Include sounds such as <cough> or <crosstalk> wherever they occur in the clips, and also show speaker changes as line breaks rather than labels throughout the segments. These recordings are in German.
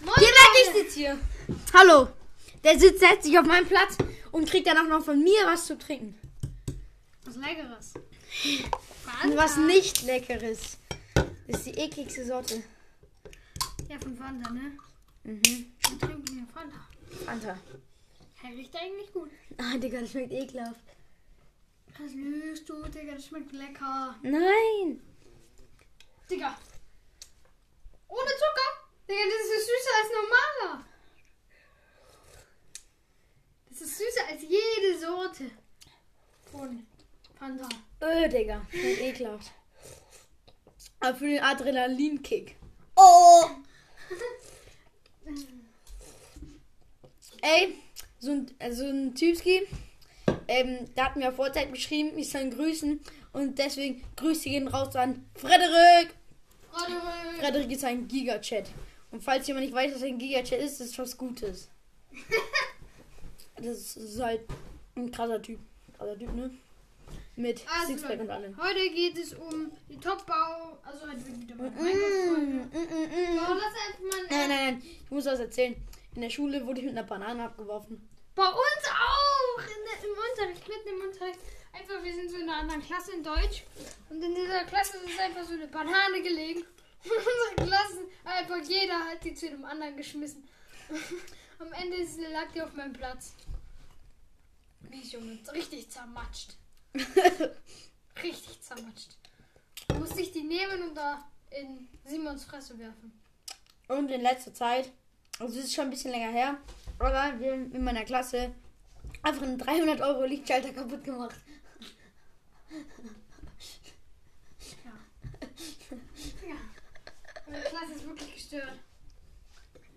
ich sitze hier.
Hallo. Der sitzt, setzt sich auf meinen Platz und kriegt danach noch von mir was zu trinken.
Was Leckeres.
Und
Fanta.
was nicht Leckeres. Das ist die ekligste Sorte.
Ja, von Fanta, ne?
Mhm.
Wir trinken hier Fanta.
Fanta.
Ja, riecht eigentlich gut.
Ah, Digga, das schmeckt ekelhaft.
Das lügst du, Digga. Das schmeckt lecker.
Nein.
Digga. Ohne Zucker. Digga, das ist süßer als normaler. Das ist süßer als jede Sorte. Von Fanta. <laughs>
Öh, Digga. Schmeckt ekelhaft. Aber für den Adrenalinkick. Oh. Ey, so ein, äh, so ein Typski, ähm, da hat mir auf Vorzeit geschrieben, ich soll ihn grüßen. Und deswegen Grüße gehen raus an Frederik.
Freude.
Frederik ist ein Giga-Chat. Und falls jemand nicht weiß, was ein Giga-Chat ist, ist was Gutes. Das ist halt ein krasser Typ. Krasser Typ, ne? Mit
Also,
Sixpack und
Leute,
allem.
heute geht es um die Top-Bau. Also, heute wird wieder mal
Mm, mm,
Minecraft-Folge.
mm, mm.
Bau das einfach mal.
Nein, nein, nein. Ich muss was erzählen. In der Schule wurde ich mit einer Banane abgeworfen. <laughs>
Bei uns auch in der, im Unterricht, mitten im Unterricht. Einfach, wir sind so in einer anderen Klasse in Deutsch. Und in dieser Klasse ist einfach so eine Banane gelegen. <laughs> Und unsere Klassen, einfach jeder hat die zu dem anderen geschmissen. <laughs> Am Ende ist- lag die auf meinem Platz. Mich Junge, richtig zermatscht. Richtig zermatscht. Da musste ich die nehmen und da in Simons Fresse werfen.
Und in letzter Zeit, also es ist schon ein bisschen länger her, aber wir haben in meiner Klasse einfach einen 300 Euro Lichtschalter kaputt gemacht.
Ja. Meine Klasse ist wirklich gestört.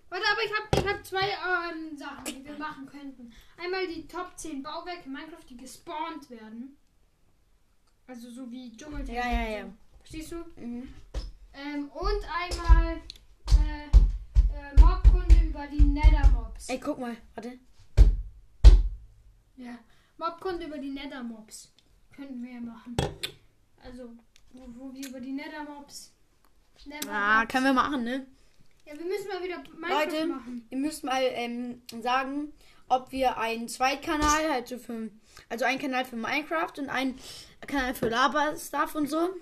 Warte, aber ich habe ich hab zwei ähm, Sachen, die wir machen könnten. Einmal die Top 10 Bauwerke in Minecraft, die gespawnt werden. Also so wie Dschungel.
Ja, ja, ja.
Verstehst du?
Mhm.
Ähm, und einmal äh, äh, Mobkunde über die Nethermobs.
Ey, guck mal, warte.
Ja. Mobkunde über die Nethermobs. Könnten wir ja machen. Also, wo, wo wir über die Nethermobs. Nethermobs.
Ah, können wir machen, ne?
Ja, wir müssen mal wieder Minecraft
Leute,
machen.
ihr müsst mal ähm, sagen, ob wir einen Zweitkanal, halt so für, also einen Kanal für Minecraft und einen Kanal für Laber-Stuff und so,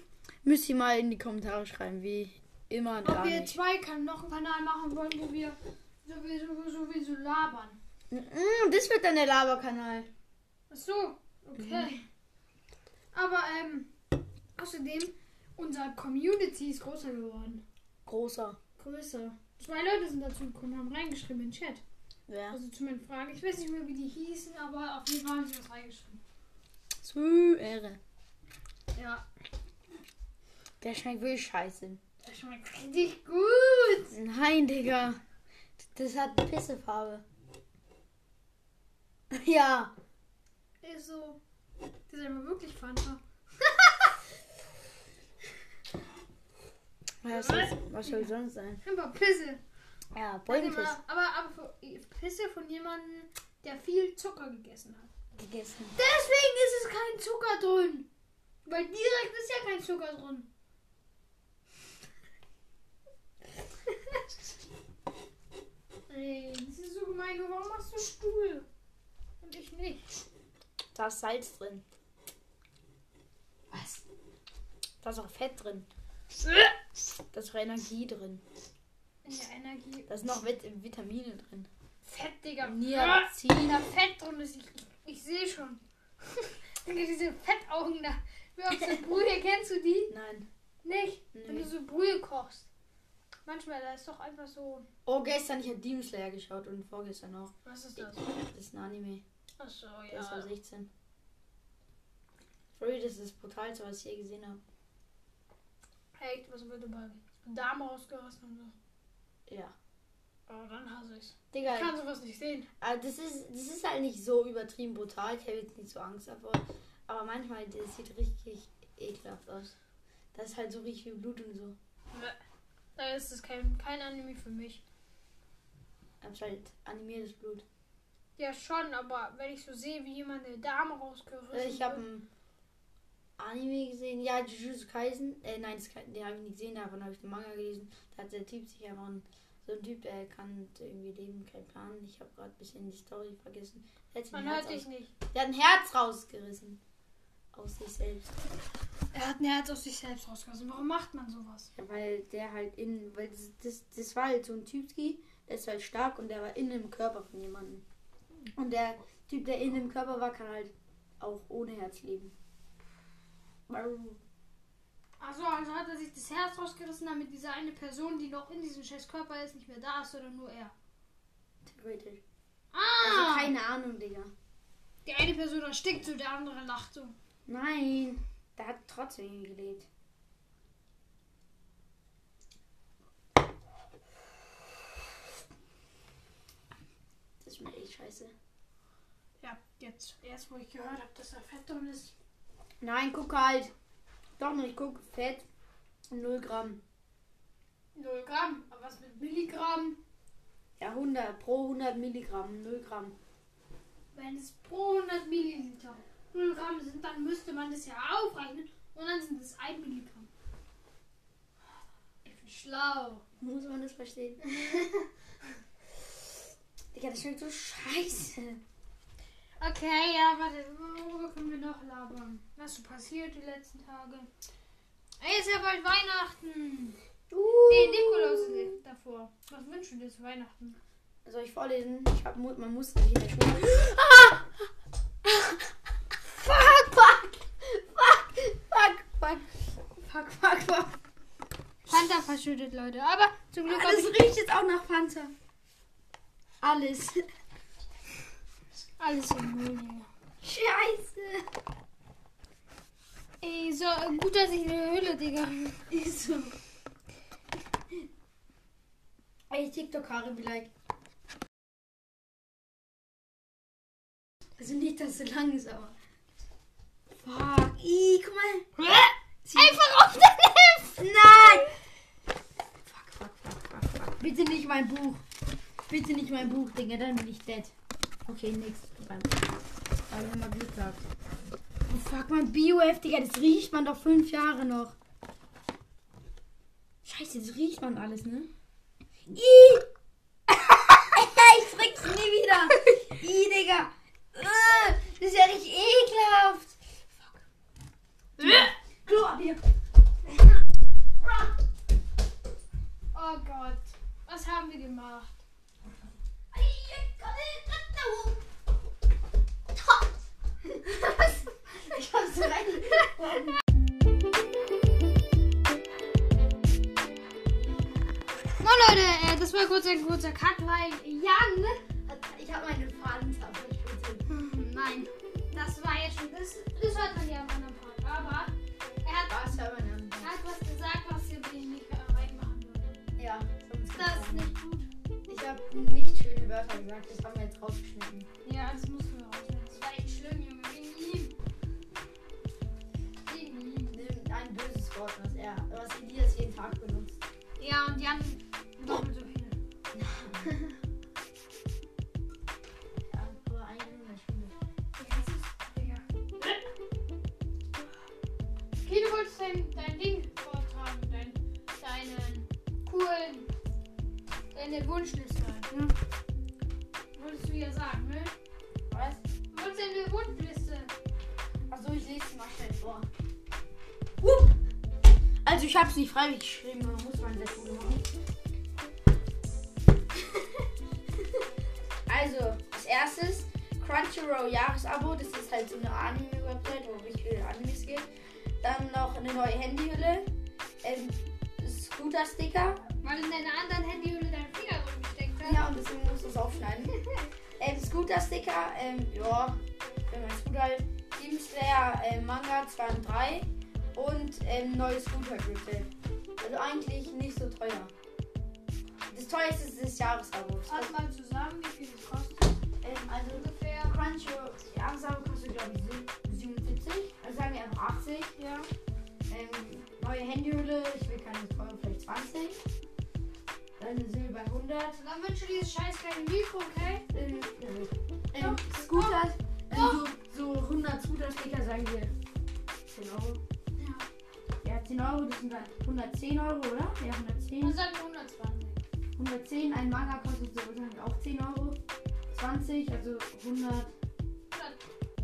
müsst ihr mal in die Kommentare schreiben, wie immer und
Ob
gar
wir
nicht.
zwei kann, noch einen Kanal machen wollen, wo wir sowieso, sowieso labern.
Mm, das wird dann der Laber-Kanal.
Ach so, okay. Aber ähm, außerdem, unser Community ist größer geworden.
Großer.
Größer. Zwei Leute sind dazu gekommen, haben reingeschrieben in den Chat.
Ja.
Also zu meinen Fragen. Ich weiß nicht mehr, wie die hießen, aber auf jeden Fall haben sie was reingeschrieben.
Zu Ehre.
Ja,
Der schmeckt wirklich scheiße.
das schmeckt richtig gut.
Nein, Digga. Das hat Pissefarbe. <laughs> Ja.
Ist so. Das ist aber wirklich Oh, Fanta.
Was, soll's- was soll sonst sein?
Einfach Pisse.
Ja,
Immer-
Bäumpiss
Aber, aber von- Pisse von jemandem, der viel Zucker gegessen hat.
gegessen.
Deswegen ist es kein Zucker drin. Weil direkt ist ja kein Zucker drin. Ey, das ist so gemein. Du, Warum machst du Stuhl? Und ich nicht.
Da ist Salz drin.
Was?
Da ist auch Fett drin. Da ist auch Energie drin.
In der Energie.
Da sind noch Vit Vitamine drin.
Fett, Digga. Ah. Ja. Wenn
Niacin.
da Fett drin ist, ich, ich, ich sehe schon. <laughs> Digga, diese Fettaugen da. Wie auf der Brühe, kennst du die?
Nein.
Nicht, wenn
Nee.
du so Brühe kochst. Manchmal, da ist doch einfach so.
Oh, gestern, ich habe Demon Slayer geschaut und vorgestern auch.
Was ist das?
Das ist ein Anime.
Achso,
Der ist
ja.
war 16. Sorry, das ist das brutalste, was ich je gesehen habe.
Echt, was wird dabei? Dame ausgerissen und so.
Ja.
Oh, dann hasse ich's. Ich
Digga,
kann sowas nicht sehen.
aber das ist, das ist halt nicht so übertrieben brutal. Ich habe jetzt nicht so Angst davor. Aber manchmal, das sieht richtig ekelhaft aus. Das ist halt so richtig viel Blut und so.
Da ist es kein, kein Anime für mich.
Anscheinend animiertes Blut.
Ja, schon, aber wenn ich so sehe, wie jemand eine Dame rausgerissen
Äh, Ich habe
wird-
ein Anime gesehen, ja, Jujutsu Kaisen. Äh, nein, das, kann- den habe ich nicht gesehen, davon habe ich den Manga gelesen. Da hat der Typ sich einfach einen so ein Typ, der kann irgendwie leben, kein Plan. Ich habe gerade ein bisschen die Story vergessen. Der hat, ein
Man hört
Herz
dich
aus,
nicht.
der hat ein Herz rausgerissen. Aus sich selbst.
Er hat ein Herz aus sich selbst rausgelassen. Warum macht man sowas?
Ja, weil der halt in, weil das, das, das war halt so ein Typski, der ist halt stark und der war in dem Körper von jemandem. Und der Typ, der in dem Körper war, kann halt auch ohne Herz leben.
Also, also hat er sich das Herz rausgerissen, damit diese eine Person, die noch in diesem scheiß Körper ist, nicht mehr da ist, sondern nur er.
Theoretisch. Also
Ah!
keine Ahnung, Digga.
die eine Person erstickt so, der andere lacht so.
Nein, der hat trotzdem gelebt. Das schmeckt echt scheiße.
Ja, jetzt, erst wo ich gehört habe, dass er fett dumm ist.
Nein, guck halt. Doch nicht, guck. Fett. 0 Gramm.
0 Gramm, aber was mit Milligramm?
Ja, 100. Pro 100 Milligramm. 0 Gramm.
Wenn es pro 100 Milliliter 0 Gramm sind, dann müsste man das ja aufrechnen und dann sind es 1 Milligramm. Ich bin schlau.
Muss man das verstehen? <laughs> Digga, das schmeckt so scheiße.
Okay, ja, warte, worüber können wir noch labern? Was ist so passiert die letzten Tage? Ey, ist ja bald Weihnachten. Uh. Nee, Nikolaus ist davor. Was wünschst du dir zu Weihnachten?
Soll ich vorlesen? Ich hab, Mu- man muss sich in der Schule.
<laughs>
Fuck, fuck, fuck, fuck, fuck, fuck, fuck, fuck.
Panther verschüttet, Leute. Aber zum Glück habe
Alles
ich
riecht jetzt auch nach Panther. Alles.
alles im Müll.
Scheiße.
Ey, so gut, dass ich in der Höhle, Digga.
Ist so. Ey, TikTok-Haare vielleicht. Also nicht, dass es so lang ist, aber. Fuck. Ih, guck mal.
Einfach auf deine Hilfe.
Nein! Fuck, fuck, fuck, fuck, fuck. Bitte nicht mein Buch. Bitte nicht mein Buch, Digga, dann bin ich dead. Okay, nix. Aber wir haben mal Glück gehabt. Oh, fuck, mein BioF, Digga, das riecht man doch fünf Jahre noch. Scheiße, das riecht man alles, ne? Ih! <laughs> ich trick's nie wieder. Ih, Digga. Äh, Das ist ja nicht ekelhaft. Klopapier.
Oh Gott, was haben wir gemacht?
Ich hab's rein.
Moin Leute, äh, das war kurz ein kurzer Cut, weil Jan.
Ich hab meine Fahnen zerbröselt.
Hm, Nein, das war jetzt schon. Das, das hört man ja am anderen Part. Aber er hat,
Was hört man
er hat was gesagt, was wir den nicht reinmachen würden.
dann? Ja, sonst
Das ist nicht gut.
Ich hab nicht schöne Wörter gesagt, das haben wir jetzt rausgeschnitten.
Ja, das mussten wir rausnehmen. Das war echt schlimm, Junge. Wegen ihm. Wegen ihm.
Nimm ein böses Wort, was er, was Elias jeden Tag benutzt.
Ja, und Jan doppelt so viel.
Ja, aber eigentlich nur in der Schule.
Okay, du wolltest dein, dein Ding vortragen, dein, deinen coolen, deine Wunschliste halt, ne? Wolltest du ja sagen, ne?
Was?
Du wolltest deine Wunschliste.
Achso, ich lese es mal schnell vor. Wupp. Also ich hab's nicht freiwillig geschrieben, man muss mal in der Schule machen. <laughs> also, als erstes Crunchyroll Jahresabo, das ist halt so eine Anime-Website, wo richtig viele Animes gibt. Dann noch eine neue Handyhülle, ähm, Scooter-Sticker.
Weil in deiner anderen Handyhülle dein Finger rumgesteckt hast.
Ja, und deswegen muss ich das <laughs> aufschneiden. ähm, Scooter-Sticker, ähm, ja, wenn man Scooter halt. Team Slayer äh, Manga 2 und 3 und ähm, neues Scooter-Gürtel. Also eigentlich nicht so teuer. Das teuerste ist das Jahresabo. Das
Fass
kostet,
mal zusammen, wie viel es kostet
ähm, also
ungefähr.
Crunchyroll, das Jahresabo kostet glaube ich sieb- 77, also sagen wir einfach 80.
Ja.
Ähm, neue Handyhülle, ich will keine so teure, vielleicht 20. Dann sind wir bei 100.
Also dann wünsche dir dieses scheiß kleine Mikro, okay?
Ähm, ähm, Scooter, ähm, so, so 100 Scooter-Sticker sagen wir 10 Euro.
Ja.
Ja, 10 halt Euro, das sind dann 110 Euro, oder? Ja,
Und
110.
sagen wir 120.
110, ein Manga kostet so wahrscheinlich auch 10 Euro. 20, also 100,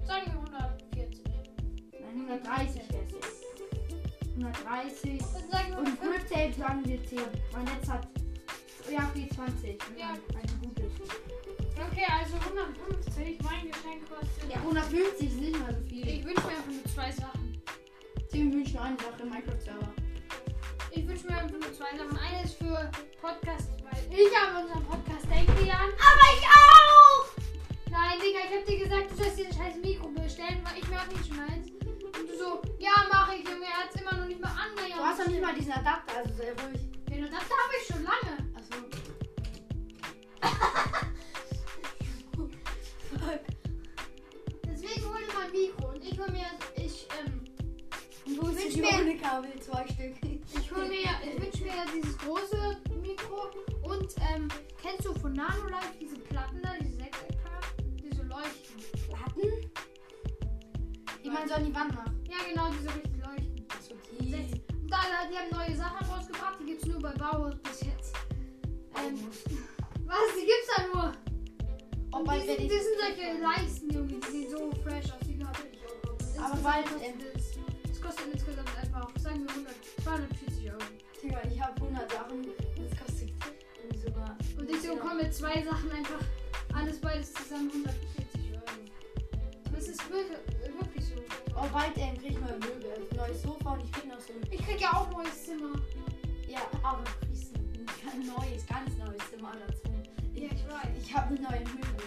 Sagen wir 140.
nein, 130 wäre es jetzt. 130
Dann sagen wir
und
150.
Grip Tape sagen wir 10. Mein Netz hat, ja, okay, 20.
Ja.
Ein gutes.
Okay, also 150. Mein Geschenk kostet.
Ja, 150 ist nicht mal so viel.
Ich wünsche mir einfach nur zwei Sachen.
10 wünschen eine Sache im Minecraft-Server.
Ich wünsche mir einfach nur zwei Sachen. Eines für Podcast, weil ich habe unseren Podcast irgendwie an. Aber ich auch! Nein, Digga, ich habe dir gesagt, du sollst dir das scheiß Mikro bestellen, weil ich mir auch nicht schon eins. Und du so, ja, mache ich, Junge, er hat es immer noch nicht mal angehört.
Du hast doch nicht mal diesen Adapter, also sehr ruhig.
Den Adapter habe ich schon lange.
Achso.
Deswegen hol dir mal ein Mikro und ich hol mir, ich, ähm,
Wo
Wünsch
sind die
mir-
ohne Kabel? Zwei Stück.
ich hol mir, ich wünsche mir ja dieses große Mikro und, ähm, kennst du von Nanolife diese Platten da, diese Sechsecker, die so leuchten?
Platten? Die man so an die Wand macht.
Ja, genau, die so richtig leuchten.
Achso,
Sechs.
Also die.
Und da, die haben neue Sachen rausgebracht, die gibt's nur bei Bauhaus bis jetzt. Ähm, <laughs> was, die gibt's da nur?
Oh,
Und
bald
die,
werd
sind,
ich-
die sind solche Leisten, Junge, die sehen so fresh aus, die glaube ich.
Aber
Insgesamt
bald,
kostet
ähm,
es- Es kostet insgesamt einfach, sagen wir 100, 240 Euro.
Digga, ich habe 100 Sachen. Das kostet irgendwie sogar.
Und ich so komme mit zwei Sachen einfach alles beides zusammen 140 Euro. Aber es ist wirklich, wirklich so.
Oh, bald ähm, krieg ich neue Möbel. Ein neues Sofa und ich krieg noch so ein.
Ich krieg ja auch neues Zimmer.
Ja, aber du kriegst ein ganz neues, ganz neues Zimmer dazu.
Ja, ich weiß.
Ich habe neue Möbel.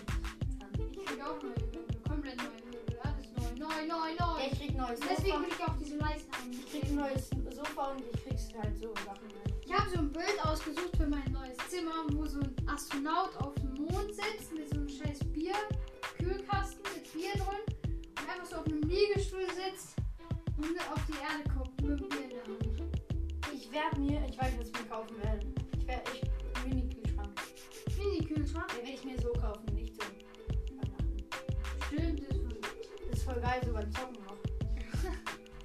Ich krieg auch neue Möbel, komplett neue Möbel, alles neu, neu, neu,
Ja,
neu.
ich krieg neues
Deswegen
Sofa.
will ich auch diese Leisten haben.
Ich krieg ein neues Sofa und ich krieg's halt so Sachen.
Ich habe so ein Bild ausgesucht für mein neues Zimmer, wo so ein Astronaut auf dem Mond sitzt mit so einem scheiß Bier, Kühlkasten mit Bier drin und einfach so auf einem Liegestuhl sitzt und auf die Erde guckt mit dem Bier in der Hand.
Ich werde mir, ich weiß, was ich mir kaufen werde. Ich werde, ich, Mini-Kühlschrank.
Mini-Kühlschrank.
Den werde ich mir so kaufen, nicht so. Weihnachten.
Stimmt, das ist voll-
Das ist voll geil, so beim Zocken
<laughs>
noch.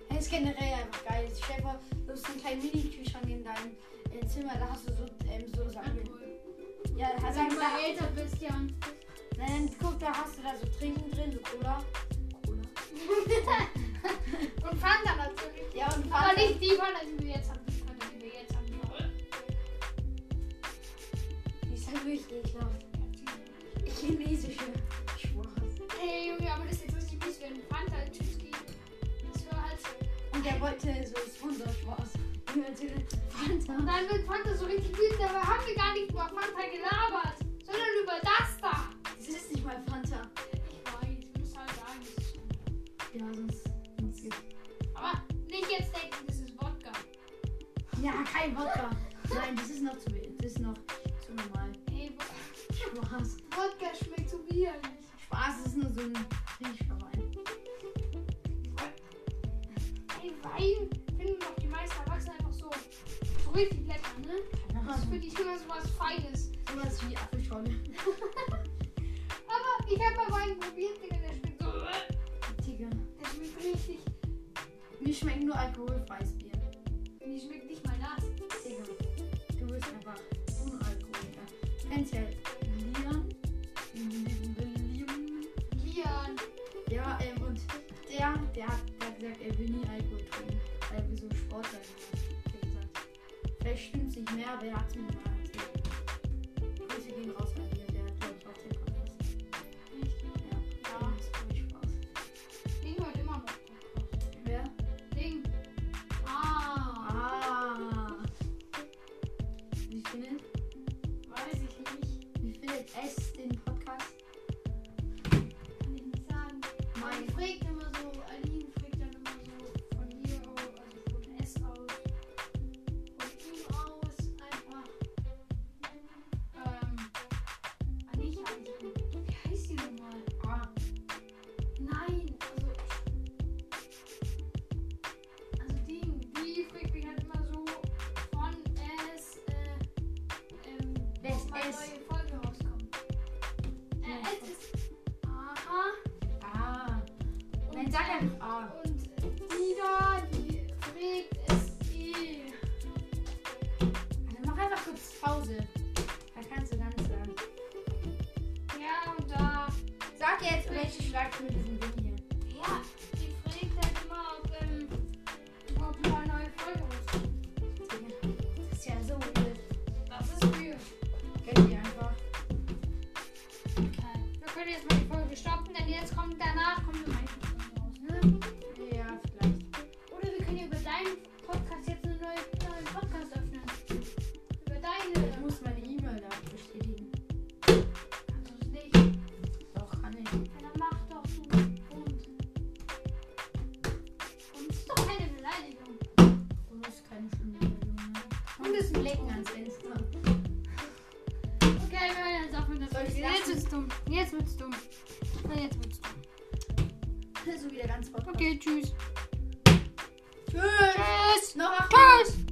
Das ist generell einfach geil. Ich stell dir vor, du hast einen kleinen Mini-Kühlschrank in deinem äh, Zimmer, da hast du so, ähm, so Sachen.
cool.
Ja, da
Wenn
sagen
du
da,
mal älter bist, Jan.
nein, nein, guck, da hast du da so Trinken drin, so Cola. Cola.
Und Fanta natürlich.
Ja, und
Aber
Wasser.
nicht die Fanta, die wir jetzt haben. Die Fanta, die wir jetzt haben.
Die ist halt wirklich ekelhaft. Chinesische Schwarz.
Hey Junge, aber das ist jetzt richtig mies, wenn Fanta in Tschüss geht. Das war halt so.
Und der wollte so Sponsorschwarz. Und natürlich
Und
Fanta.
dann wird Fanta so richtig wütend, dabei haben wir gar nicht über Fanta gelabert, sondern über das da.
Das ist nicht mal Fanta.
Ich weiß, ich muss halt sagen, das ist gut.
Ja, sonst.
Aber nicht jetzt denken, das ist Wodka.
Ja, kein Wodka. Nein, das ist noch zu das ist noch zu normal.
Ey, Wo-
Spaß.
Wodka schmeckt so widerlich.
Spaß ist nur so ein Trinkverein.
Ey, Wein finden doch die meisten Erwachsenen einfach so, so richtig lecker, ne? Das ist für die immer so was Feines.
Sowas wie Apfelschorle.
Aber ich habe mal Wein probiert, Digga, der schmeckt so. Der
Digga.
schmeckt richtig.
Mir schmeckt nur alkoholfreies Bier.
Die schmeckt nicht mal das.
Digga. Du bist einfach unalkoholiker. Kennst ja Lian? William?
Lian.
Ja, ähm, und der, der hat, der hat gesagt, er will nie Alkohol trinken, weil wir so Sportler sind. Hat er gesagt. Vielleicht stimmt's nicht mehr, aber er hat's mir mal erzählt. Grüße gehen raus an dir, der hat, glaube ich, auch den Podcast.
Echt?
Ja, ja, das glaube ich Spaß.
Ding hört immer noch. Podcast.
Wer?
Ding. Ah.
Ah. Wie findet,
Weiß ich nicht.
wie findet es den Podcast?
Kann ich nicht sagen. Man
Mein,
fragt immer so, Aline fragt dann immer so von hier aus, also von S aus, von ihm aus einfach. Ähm, ah, nicht Aline. Wie heißt die nochmal?
ah,
Nein, also. Also Ding, die fragt mich halt immer so von S, äh, ähm,
Wer ist
ob mal
S?
neue Folge rauskommt. Äh,
Ja,
S ist. Aha.
ah.
Und
Nein, sag einfach ah.
Und die da, die trägt es eh.
Also mach einfach kurz Pause.
mit diesem Ding hier. Ja, die fragt dann immer, ob, ähm, ob du eine neue Folge hast.
Das ist ja so weird.
Das ist viel.
Kennt ihr einfach.
Okay. Wir können jetzt mal die Folge stoppen, denn jetzt kommt danach kommt eine Minecraft-Folge raus. Ne?
Ja, vielleicht.
Oder wir können ja über deinen Podcast jetzt einen neuen, neuen Podcast öffnen. Über deine.
Ich muss meine E-Mail da bestätigen.
Kannst du Also es nicht?
Doch, kann ich.
Ja, dann mach doch du und. Und ist doch keine Beleidigung.
Und das ist keine schöne Meldung, ne?
Und es
Lecken ans Fenster.
Okay, wir hören jetzt auf mit der
Soll ich
Folge.
lachen?
Jetzt wird's dumm. Jetzt wird's dumm. Und jetzt wird's dumm.
So wieder ganz Podcast.
Okay, tschüss.
Tschüss.
Tschüss.
Noch acht
Tschüss.